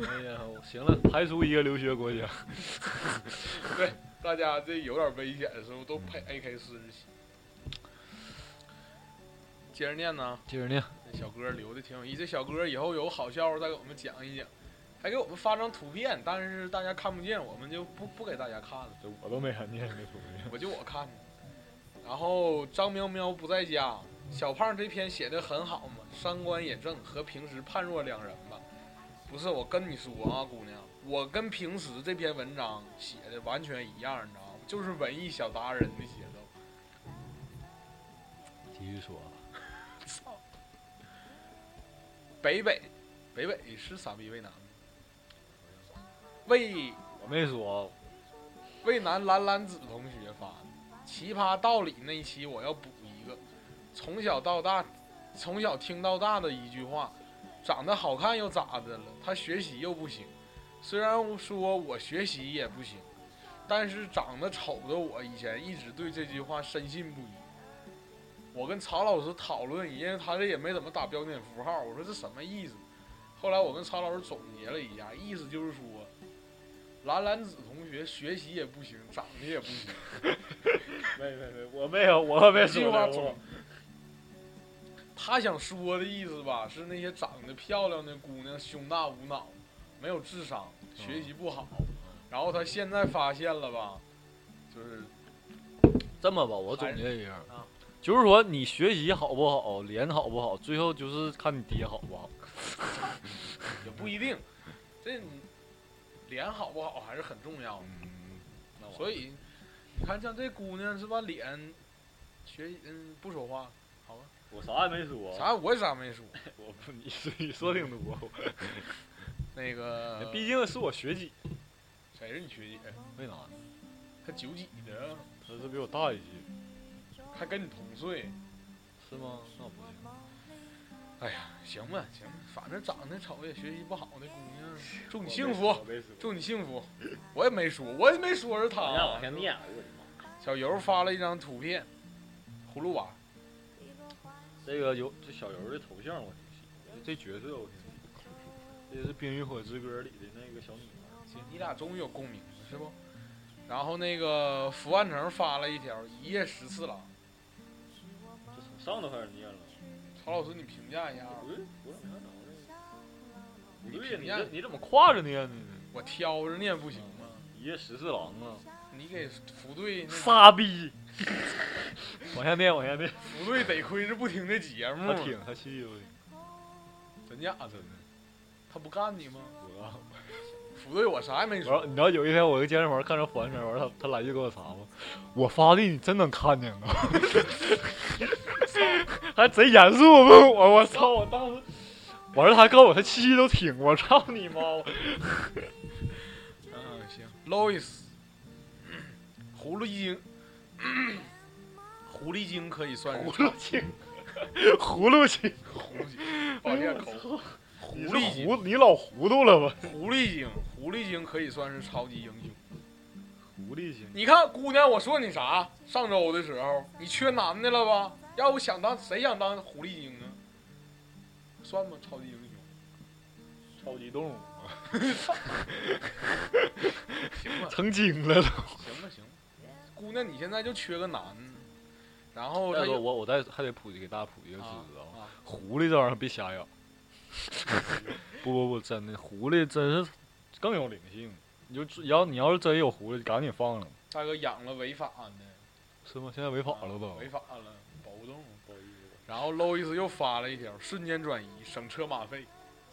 [SPEAKER 1] 哎呀，我行了，排除一个留学国家。
[SPEAKER 2] 大家 这有点危险的时候都配 AK 四十七。接着念呢，
[SPEAKER 1] 接着念，
[SPEAKER 2] 这小哥留的挺有意思。这小哥以后有好笑话再给我们讲一讲，还给我们发张图片，但是大家看不见，我们就不不给大家看了。
[SPEAKER 1] 这我都没看见这图片。
[SPEAKER 2] 我就我看的。然后张喵喵不在家，小胖这篇写的很好嘛，三观也正，和平时判若两人吧。不是，我跟你说啊，姑娘，我跟平时这篇文章写的完全一样，你知道吗？就是文艺小达人的写照。
[SPEAKER 1] 继续说啊，
[SPEAKER 2] 北北，北北是傻逼渭南吗？魏
[SPEAKER 1] 我没说啊，
[SPEAKER 2] 渭南蓝蓝子同学发的《奇葩道理》那一期，我要补一个，从小到大，从小听到大的一句话：长得好看又咋的了？他学习又不行。虽然说我学习也不行，但是长得丑的我以前一直对这句话深信不疑。我跟曹老师讨论，因为他这也没怎么打标点符号，我说这什么意思？后来我跟曹老师总结了一下，意思就是说，兰兰子同学学习也不行，长得也不行。
[SPEAKER 1] 没没没，我没有，我没
[SPEAKER 2] 这句
[SPEAKER 1] 说
[SPEAKER 2] 话
[SPEAKER 1] 这个
[SPEAKER 2] 总。他想说的意思吧，是那些长得漂亮的姑娘胸大无脑，没有智商，学习不好。
[SPEAKER 1] 嗯
[SPEAKER 2] 然后他现在发现了吧，就是
[SPEAKER 1] 这么吧，我总结一下
[SPEAKER 2] 啊，
[SPEAKER 1] 就是说你学习好不好，脸好不好，最后就是看你爹好不好。
[SPEAKER 2] 也不一定，这你脸好不好还是很重要的。
[SPEAKER 1] 嗯，
[SPEAKER 2] 所以你看，像这姑娘是吧，脸学嗯不说话，好吧，
[SPEAKER 1] 我啥也没说，
[SPEAKER 2] 啥我也啥没说。
[SPEAKER 1] 我不你你说挺多，
[SPEAKER 2] 那个
[SPEAKER 1] 毕竟是我学姐，
[SPEAKER 2] 谁是你学姐？
[SPEAKER 1] 没拿，
[SPEAKER 2] 她九几的，
[SPEAKER 1] 她是比我大一届，
[SPEAKER 2] 还跟你同岁。
[SPEAKER 1] 是吗？那不行，
[SPEAKER 2] 行吧，行吧，反正长得丑也学习不好的姑娘，祝你幸福，
[SPEAKER 1] 没说
[SPEAKER 2] 祝你幸福。我也没说，我也没说是她。
[SPEAKER 4] 往下往下念，
[SPEAKER 2] 啊
[SPEAKER 1] 啊
[SPEAKER 4] 哎呦我的妈！
[SPEAKER 2] 小游发了一张图片，葫芦娃，
[SPEAKER 4] 这个有这小游的头像我挺喜欢，这角色我挺喜欢，这是《冰与火之歌》里的那个小女孩。
[SPEAKER 2] 行，你俩终于有共鸣了，是不？然后那个福万成发了一条一夜十次郎，
[SPEAKER 4] 这从上头开始念了，
[SPEAKER 2] 曹老师你评价一下，啊
[SPEAKER 4] 不对，我怎么没看着呢？不
[SPEAKER 2] 你
[SPEAKER 4] 对呀，
[SPEAKER 2] 评
[SPEAKER 4] 你
[SPEAKER 2] 价
[SPEAKER 4] 这
[SPEAKER 1] 你怎么挎着念呢？
[SPEAKER 2] 我挑着念不行吗？
[SPEAKER 4] 一夜十四郎啊，
[SPEAKER 2] 你给福队那
[SPEAKER 1] 傻逼！往下念，往下念。
[SPEAKER 2] 福队得亏是不听这节目
[SPEAKER 1] 他
[SPEAKER 2] 了，
[SPEAKER 1] 挺，他气我。
[SPEAKER 2] 真假真的，他不干你吗？
[SPEAKER 1] 我
[SPEAKER 2] 福队我啥也没
[SPEAKER 1] 然后
[SPEAKER 2] 说，
[SPEAKER 1] 你知道有一天我一个健身房看着环山，完他他来就给我查吗？我发的你真能看见啊！ 还贼严肃问我，我操！我当时，完了他告诉我他气都挺，我操你妈！
[SPEAKER 2] 嗯行，Lois，狐狸精，狐狸精可以算是
[SPEAKER 1] 葫芦精，葫芦精，
[SPEAKER 2] 狐狸精，抱歉口误，狐
[SPEAKER 1] 你是
[SPEAKER 2] 狸精，
[SPEAKER 1] 糊，你老糊涂了吧？
[SPEAKER 2] 狐狸精，狐狸精可以算是超级英雄。
[SPEAKER 1] 狐狸精，
[SPEAKER 2] 你看姑娘，我说你啥？上周的时候你缺男的了吧？要不想当谁想当狐狸精呢？啊算吗？超级英雄，
[SPEAKER 1] 超级动物，
[SPEAKER 2] 行吧，
[SPEAKER 1] 成精了都。
[SPEAKER 2] 行吧，行吧。姑娘，你现在就缺个男的，然后他
[SPEAKER 1] 再说
[SPEAKER 2] 又
[SPEAKER 1] 我我再还得普及给大家普及个知识啊
[SPEAKER 2] 啊，
[SPEAKER 1] 狐狸这玩意儿别瞎养。 不不不，真的，狐狸真是更有灵性。你就只要你要是真有狐狸，赶紧放了，
[SPEAKER 2] 大哥养了违法的，
[SPEAKER 1] 是吗？现在违法了都。
[SPEAKER 2] 违法了，保护动物。
[SPEAKER 4] 不好意思，
[SPEAKER 2] 然后 Lois 又发了一条，瞬间转移，省车马费，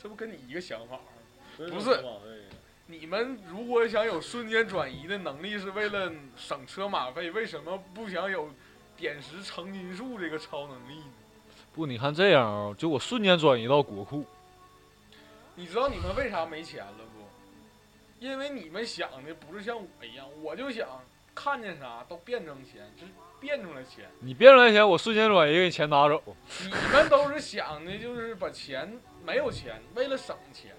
[SPEAKER 2] 这不跟你一个想法吗？不是
[SPEAKER 4] 往位
[SPEAKER 2] 你们如果想有瞬间转移的能力，是为了省车马费，为什么不想有点石成金术这个超能力呢？
[SPEAKER 1] 不，你看这样啊，就我瞬间转移到国库，
[SPEAKER 2] 你知道你们为啥没钱了不？因为你们想的不是像我一样，我就想看见啥都变成钱，就是变出来钱。
[SPEAKER 1] 你变出来钱，我瞬间转移给你钱拿走。
[SPEAKER 2] 你们都是想的就是把钱没有钱，为了省钱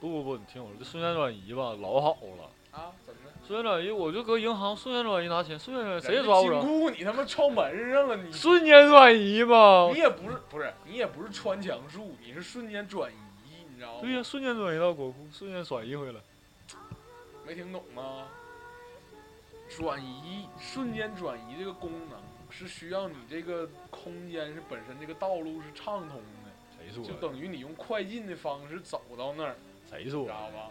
[SPEAKER 1] 不不不，你听我说，这瞬间转移吧，老好了。
[SPEAKER 2] 啊，怎么的？
[SPEAKER 1] 瞬间转移，我就搁银行瞬间转移拿钱，瞬间转移谁也
[SPEAKER 2] 人家
[SPEAKER 1] 抓不
[SPEAKER 2] 金
[SPEAKER 1] 着。
[SPEAKER 2] 箍你他妈敲门上了你。
[SPEAKER 1] 瞬间转移嘛
[SPEAKER 2] 你，也不是不是，你也不是穿墙术，你是瞬间转移，你你知道吗？
[SPEAKER 1] 对呀、瞬间转移到国库，瞬间转移回来。
[SPEAKER 2] 没听懂吗？转移，瞬间转移这个功能是需要你这个空间是本身这个道路是畅通的，
[SPEAKER 1] 谁说
[SPEAKER 2] 就
[SPEAKER 1] 的？
[SPEAKER 2] 等于你用快进的方式走到那儿，
[SPEAKER 1] 谁
[SPEAKER 2] 你
[SPEAKER 1] 说
[SPEAKER 2] 知
[SPEAKER 1] 的？
[SPEAKER 2] 道吧？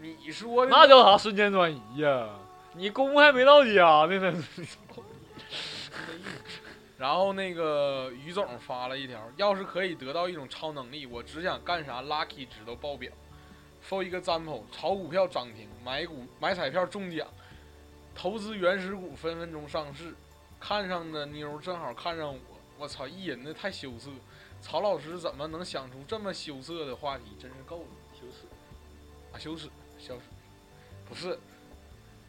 [SPEAKER 2] 你说的
[SPEAKER 1] 那叫啥瞬间转移呀、你公公还没到家呢，那是。
[SPEAKER 2] 然后那个于总发了一条：要是可以得到一种超能力，我只想干啥，lucky 值都爆表。For 一个 example，炒股票涨停，买股买彩票中奖，投资原始股分分钟上市，看上的妞儿正好看上我，我操，一人的太羞涩。曹老师怎么能想出这么羞涩的话题？真是够了，
[SPEAKER 4] 羞耻。
[SPEAKER 2] 啊，羞耻，羞耻，不是，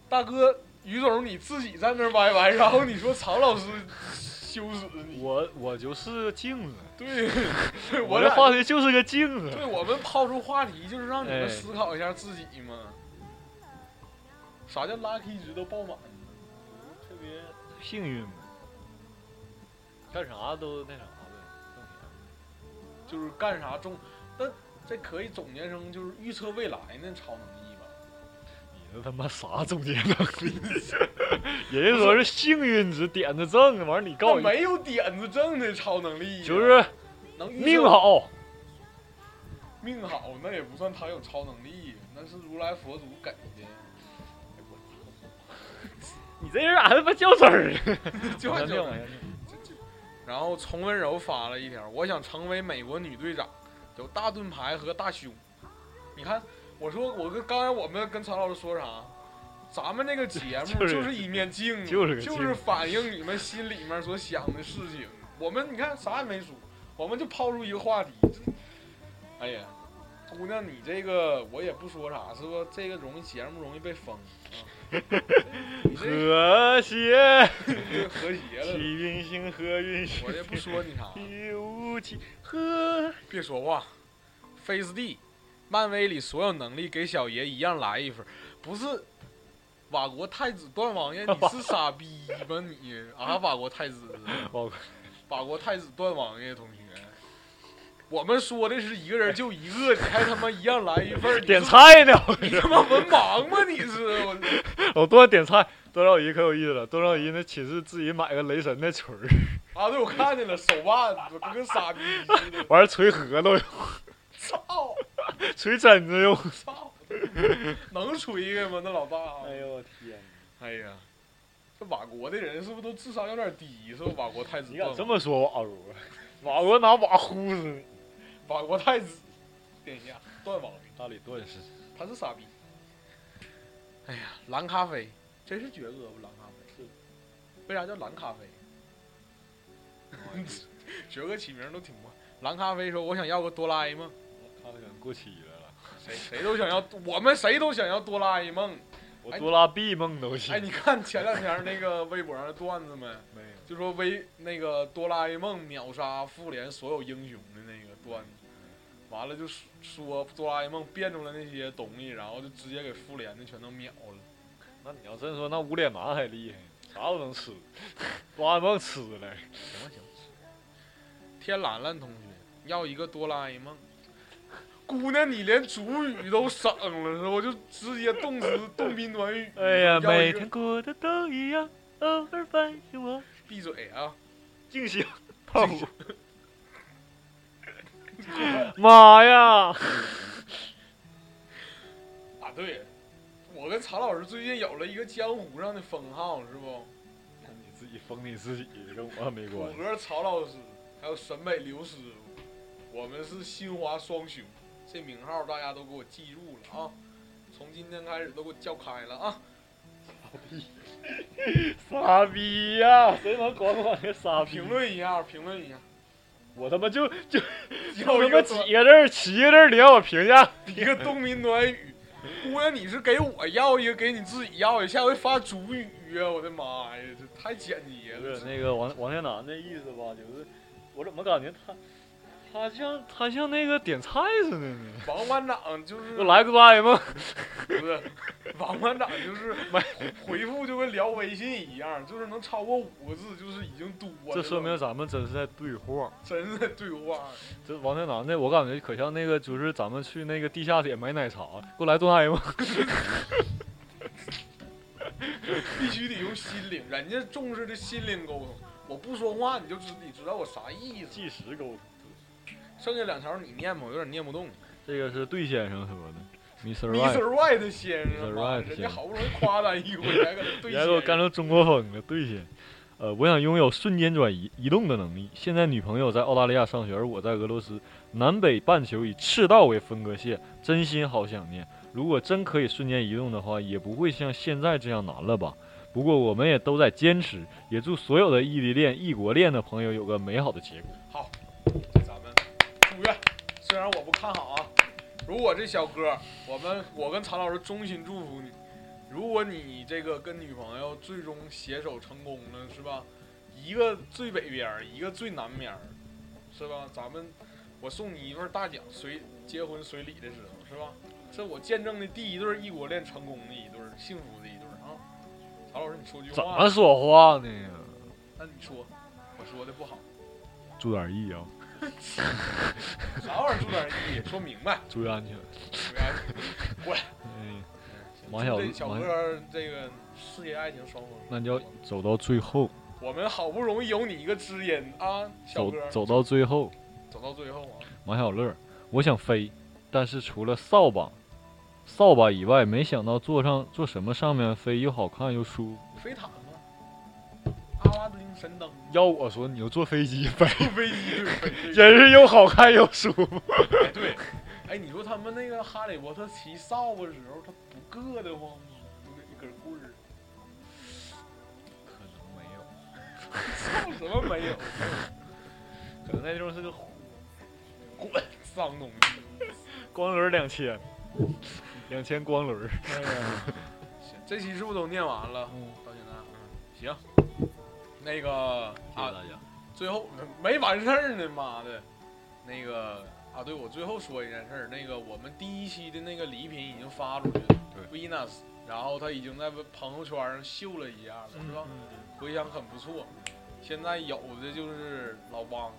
[SPEAKER 2] 大哥于总你自己在那儿歪歪，然后你说曹老师羞耻你。
[SPEAKER 1] 我我就是个镜子，
[SPEAKER 2] 对，对
[SPEAKER 1] 我
[SPEAKER 2] 我
[SPEAKER 1] 这
[SPEAKER 2] 俩
[SPEAKER 1] 话题就是个镜子。
[SPEAKER 2] 对我们抛出话题，就是让你
[SPEAKER 1] 哎
[SPEAKER 2] 们思考一下自己嘛。啥叫 lucky 值都爆满呢？
[SPEAKER 4] 特别
[SPEAKER 1] 幸运嘛，
[SPEAKER 4] 干啥都那啥呗，挣钱。
[SPEAKER 2] 就是干啥中，但这可以总结成就是预测未来那超能力吧。
[SPEAKER 1] 你这他妈啥总结能力？ 人家说是幸运值点子正，完了你告
[SPEAKER 2] 那
[SPEAKER 1] 诉我，
[SPEAKER 2] 没有点子正的超能力呀，
[SPEAKER 1] 就是
[SPEAKER 2] 能预测
[SPEAKER 1] 命好。
[SPEAKER 2] 命好，那也不算他有超能力，那是如来佛祖给的。
[SPEAKER 1] 你这人咋他妈较真儿呢？
[SPEAKER 2] 就按
[SPEAKER 1] 往
[SPEAKER 2] 照
[SPEAKER 1] 下念
[SPEAKER 2] 然后丛温柔发了一条：“我想成为美国女队长，有大盾牌和大胸。”你看，我说我跟刚才我们跟曹老师说啥？咱们这个节目
[SPEAKER 1] 就是
[SPEAKER 2] 就是一面镜 子，
[SPEAKER 1] 就是个镜子
[SPEAKER 2] 就是反映你们心里面所想的事情。我们你看啥也没说，我们就抛出一个话题。这哎呀，姑娘，你这个我也不说啥，是不？这个容易节目容易被封啊。你 这个
[SPEAKER 1] 和谐，
[SPEAKER 2] 就和谐
[SPEAKER 1] 其
[SPEAKER 2] 了，
[SPEAKER 1] 运行和运行，
[SPEAKER 2] 我这不说你啥了。
[SPEAKER 1] 一无其和。
[SPEAKER 2] 别说话，Face D，漫威里所有能力给小爷一样来一份儿，不是瓦国太子段王爷，你是傻逼吧你啊？瓦国太 子，
[SPEAKER 1] 国
[SPEAKER 2] 法国太子段王爷同学，我们说的是一个人就一个，你还他妈一样来一份儿，你
[SPEAKER 1] 点
[SPEAKER 2] 是
[SPEAKER 1] 菜呢，
[SPEAKER 2] 你他妈文盲吗？你是我
[SPEAKER 1] 老段点菜。段少仪可有意思了，段少仪那寝室自己买个雷神的锤儿，
[SPEAKER 2] 啊？对，我看见了，手腕我跟个傻逼似的，
[SPEAKER 1] 完了锤核桃用，
[SPEAKER 2] 操
[SPEAKER 1] 锤枕子用。
[SPEAKER 2] 操，能吹开吗？那老大。
[SPEAKER 4] 呦我天！
[SPEAKER 2] 哎呀，这瓦国的人是不是都智商有点低？是不是瓦国太子？
[SPEAKER 1] 你敢这么说瓦啊如？ 瓦如拿瓦呼死你！
[SPEAKER 2] 瓦国太子殿下段王爷，
[SPEAKER 4] 大理段是
[SPEAKER 2] 他是傻逼。哎呀，蓝咖啡真是绝恶不？蓝咖啡为啥叫蓝咖啡？ 绝哥起名都挺怪。蓝咖啡说：“我想要个哆啦 A 梦。
[SPEAKER 4] 咖啡能过期了。”
[SPEAKER 2] 谁谁都想要，我们谁都想要哆啦 A 梦。
[SPEAKER 1] 我多拉 B 梦都
[SPEAKER 2] 哎，
[SPEAKER 1] 行。
[SPEAKER 2] 你看前两天那个微博上的段子没？
[SPEAKER 4] 没有。
[SPEAKER 2] 就说微那个哆啦 A 梦秒杀复联所有英雄的那个段子，完了就说说哆啦 A 梦变出来那些东西，然后就直接给复联的全都秒了。
[SPEAKER 1] 那你要真说那无脸男还厉害，啥都能吃，哆啦 A 梦吃了。
[SPEAKER 2] 行了行了，天兰兰同学要一个哆啦 A 梦，姑娘你连主语都省了，是吧？就直接动词动宾短语。
[SPEAKER 1] 哎呀，
[SPEAKER 2] 要
[SPEAKER 1] 每
[SPEAKER 2] 一个
[SPEAKER 1] 天过得都一样，偶尔反省我。
[SPEAKER 2] 闭嘴啊！
[SPEAKER 1] 静香，泡芙。 妈呀！
[SPEAKER 2] 啊，对，我跟曹老师最近有了一个江湖上的封号，是不？
[SPEAKER 4] 你自己封你自己，跟我没
[SPEAKER 2] 谷
[SPEAKER 4] 关系。
[SPEAKER 2] 歌曹老师，还有沈北刘师傅，我们是新华双雄，这名号大家都给我记住了啊！从今天开始都给我叫开了啊！
[SPEAKER 1] 傻逼呀、谁能管管这傻逼
[SPEAKER 2] 啊评？论一下，评论一下，
[SPEAKER 1] 我他妈就就
[SPEAKER 2] 要
[SPEAKER 1] 他
[SPEAKER 2] 一
[SPEAKER 1] 妈
[SPEAKER 2] 个
[SPEAKER 1] 几个字儿，七个字儿，你让我评价？
[SPEAKER 2] 一个东民短语。姑娘，你是给我要一个，给你自己要一个，下回发主语啊！我的妈呀，这太简洁
[SPEAKER 1] 不是
[SPEAKER 2] 了。
[SPEAKER 1] 那个王王天南那意思吧，就是我怎么感觉他他像他像那个点菜似的呢，
[SPEAKER 2] 王班长就是
[SPEAKER 1] 就来个哎哆啦 A 梦，
[SPEAKER 2] 不是，王班长 就是
[SPEAKER 1] 没
[SPEAKER 2] 回复就跟聊微信一样，就是能超过五个字就是已经多了。
[SPEAKER 1] 这说明咱们真是在对话。
[SPEAKER 2] 真的对话，
[SPEAKER 1] 这王天南那我感觉可像那个就是咱们去那个地下铁买奶茶，给我来哆啦 A 梦。
[SPEAKER 2] 必须得用心灵，人家重视这心灵沟通。我不说话，你就知你知道我啥意思。
[SPEAKER 1] 计时沟，
[SPEAKER 2] 剩下两条你念吧，我有点念不动。
[SPEAKER 1] 这个是对先生说的，Mr. Right，
[SPEAKER 2] Mr. White 先生
[SPEAKER 1] Mr.
[SPEAKER 2] 嘛，
[SPEAKER 1] White
[SPEAKER 2] 人
[SPEAKER 1] 先
[SPEAKER 2] 家
[SPEAKER 1] 生
[SPEAKER 2] 好不容易夸咱一回，还搁那 对
[SPEAKER 1] 你还给我干
[SPEAKER 2] 接。
[SPEAKER 1] 成中国风了，对先。呃，我想拥有瞬间转移移动的能力。现在女朋友在澳大利亚上学，而我在俄罗斯。南北半球以赤道为分割线，真心好想念。如果真可以瞬间移动的话，也不会像现在这样难了吧？不过我们也都在坚持，也祝所有的异地恋、异国恋的朋友有个美好的结果。
[SPEAKER 2] 咱们祝愿，虽然我不看好啊。如果这小哥，我们我跟常老师衷心祝福你。如果你这个跟女朋友最终携手成功了，是吧？一个最北边儿，一个最南边儿，是吧？咱们我送你一份大奖，随结婚随礼的时候，是吧？这我见证的第一对儿异国恋成功的一对儿，幸福的一对儿啊！常老师，你说句
[SPEAKER 1] 怎
[SPEAKER 2] 话
[SPEAKER 1] 么，说话呢？
[SPEAKER 2] 那你说，我说的不好，
[SPEAKER 1] 注点意啊，
[SPEAKER 2] 啥玩意儿注点意义，说明白，
[SPEAKER 1] 注意安全。
[SPEAKER 2] 明白。
[SPEAKER 1] 哎，
[SPEAKER 2] 行
[SPEAKER 1] 王小
[SPEAKER 2] 嗯这小
[SPEAKER 1] 王
[SPEAKER 2] 哥这个事业爱情双丰收，
[SPEAKER 1] 那你要走到最后，
[SPEAKER 2] 我们好不容易有你一个知音啊，小
[SPEAKER 1] 走
[SPEAKER 2] 哥
[SPEAKER 1] 走到最后。
[SPEAKER 2] 走到最后啊，
[SPEAKER 1] 马小乐，我想飞，但是除了扫把、扫把以外，没想到坐上坐什么上面飞又好看又舒服。
[SPEAKER 2] 飞毯吗？阿拉丁神 灯，
[SPEAKER 1] 要我说，你就坐飞机飞，
[SPEAKER 2] 飞机对飞机，
[SPEAKER 1] 真是又好看又舒服。
[SPEAKER 2] 哎对，哎你说他们那个哈利波特骑扫把的时候，他不硌得慌吗？就那一根棍儿，
[SPEAKER 1] 可能没有，
[SPEAKER 2] 为什么没有？
[SPEAKER 1] 可能那地方是个湖
[SPEAKER 2] 滚，脏东西！
[SPEAKER 1] 光轮两千，两千光轮。
[SPEAKER 2] 行，这期是不是都念完了？
[SPEAKER 1] 嗯，
[SPEAKER 2] 到现在，嗯，行，那个啊，
[SPEAKER 1] 家。
[SPEAKER 2] 最后没完事儿呢，妈的！那个啊，对我最后说一件事儿，那个我们第一期的那个礼品已经发出去了，Venus，然后他已经在朋友圈上秀了一下了，
[SPEAKER 1] 嗯
[SPEAKER 2] 是吧？回响很不错。现在有的就是老汪、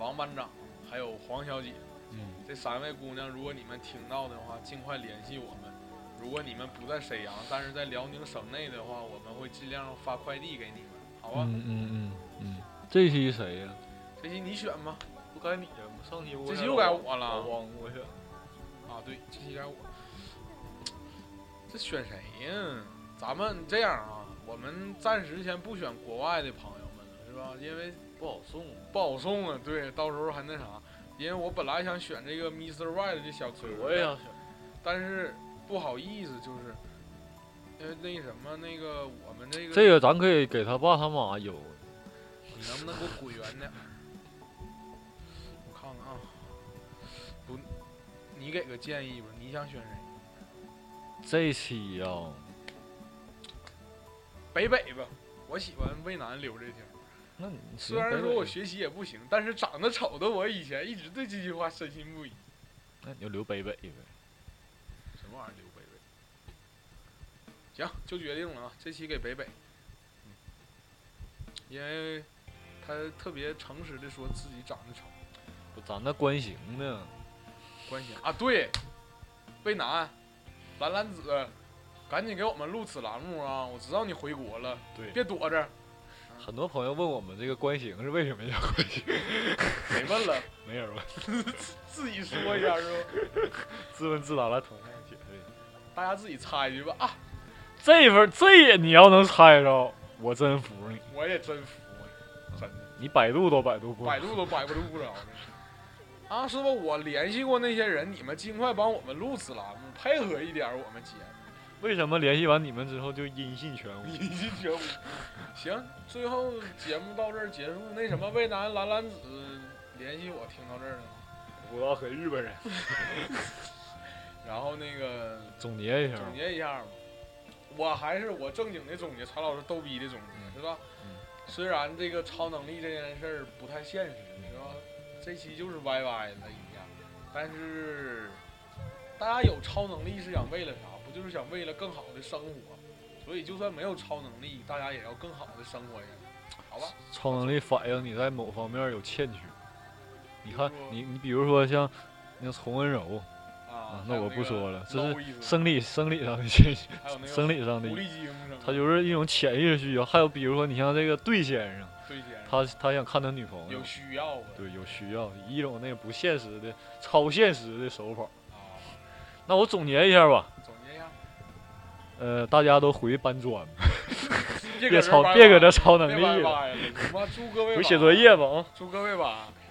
[SPEAKER 2] 王班长，还有黄小姐，
[SPEAKER 1] 嗯，
[SPEAKER 2] 这三位姑娘，如果你们听到的话，尽快联系我们。如果你们不在沈阳，但是在辽宁省内的话，我们会尽量发快递给你们，好吧？
[SPEAKER 1] 嗯嗯嗯嗯，这期谁呀、
[SPEAKER 2] 这期你选吧，
[SPEAKER 1] 不该你了吗？上期我
[SPEAKER 2] 这期又该我了。
[SPEAKER 1] 汪我选。
[SPEAKER 2] 啊，对，这期该我。这选谁呀？咱们这样啊，我们暂时先不选国外的朋友们了，是吧？因为
[SPEAKER 4] 不好送，
[SPEAKER 2] 不好送啊。对，到时候还那啥，因为我本来想选这个 Mr. White 这小哥，
[SPEAKER 4] 我也想选。
[SPEAKER 2] 但是不好意思，就是因为那什么，那个我们这个，
[SPEAKER 1] 这个咱可以给他爸他妈邮。
[SPEAKER 2] 你能不能给我滚远点儿？我看看啊，不，你给个建议吧，你想选谁？
[SPEAKER 1] 这期呀、
[SPEAKER 2] 北北吧，我喜欢渭南留这条。
[SPEAKER 1] 那你行
[SPEAKER 2] 虽然
[SPEAKER 1] 北
[SPEAKER 2] 说
[SPEAKER 1] 纬
[SPEAKER 2] 我学习也不行，但是长得丑的我以前一直对这句话深信不疑。
[SPEAKER 1] 那你就留北北呗。
[SPEAKER 2] 什么玩意儿刘北北？行，就决定了啊，这期给北北，嗯因为他特别诚实的说自己长得丑，
[SPEAKER 1] 不，咱那关行呢？
[SPEAKER 2] 关心啊，对，魏楠，蓝蓝子，赶紧给我们录此栏目啊！我知道你回国了，
[SPEAKER 1] 对
[SPEAKER 2] 别躲着，
[SPEAKER 1] 很多朋友问我们这个关行是为什么要关行，
[SPEAKER 2] 别问了，
[SPEAKER 1] 没啊人问，
[SPEAKER 2] 自己说一下是吧？
[SPEAKER 1] 自问自答来同上解释。
[SPEAKER 2] 大家自己猜去吧啊！
[SPEAKER 1] 这份这也你要能猜着，我真服你，
[SPEAKER 2] 我也真服你，真的。
[SPEAKER 1] 你百度都百度嗯不
[SPEAKER 2] 百
[SPEAKER 1] 了。
[SPEAKER 2] 度都百度不着呢。啊，师傅，我联系过那些人，你们尽快帮我们录此栏目，配合一点我们节目，
[SPEAKER 1] 为什么联系完你们之后就音信全无？
[SPEAKER 2] 一起全无。行，最后节目到这儿结束。那什么，渭南蓝蓝子联系我，听到这儿了吗。
[SPEAKER 1] 我要和日本
[SPEAKER 2] 啊
[SPEAKER 1] 人
[SPEAKER 2] 然后那个
[SPEAKER 1] 总结一下，
[SPEAKER 2] 总结一下吧，我还是我正经的总结，曹老师逗逼的总结，是吧？
[SPEAKER 1] 嗯
[SPEAKER 2] 虽然这个超能力这件事儿不太现实，是吧？这期就是歪歪了一下，但是大家有超能力是想为了啥？不就是想为了更好的生活？所以就算没有超能力，大家也要更好的生活呀，好吧？
[SPEAKER 1] 超能力反映你在某方面有欠缺。你看
[SPEAKER 2] 比如，说
[SPEAKER 1] 你你比如说像那丛温柔
[SPEAKER 2] 啊，
[SPEAKER 1] 那我不说了，这是
[SPEAKER 2] 是
[SPEAKER 1] 生理生理上的欠缺，
[SPEAKER 2] 还有那个
[SPEAKER 1] 生理上的
[SPEAKER 2] 狐，狸精什么的，
[SPEAKER 1] 他就是一种潜意识需要。还有比如说你像这个对先生，
[SPEAKER 2] 对先生
[SPEAKER 1] 他他想看他女朋友
[SPEAKER 2] 有，需要啊，
[SPEAKER 1] 对，有需要，一种那个不现实的超现实的手法。
[SPEAKER 2] 啊，
[SPEAKER 1] 那我总结一下吧，
[SPEAKER 2] 总结一下，
[SPEAKER 1] 呃，大家都回去搬砖吧，
[SPEAKER 2] 别
[SPEAKER 1] 别超别搁这超能
[SPEAKER 2] 别歪
[SPEAKER 1] 力了，
[SPEAKER 2] 歪了，你妈祝各位
[SPEAKER 1] 回
[SPEAKER 2] 晚
[SPEAKER 1] 去写作业吧啊。
[SPEAKER 2] 祝各位晚安。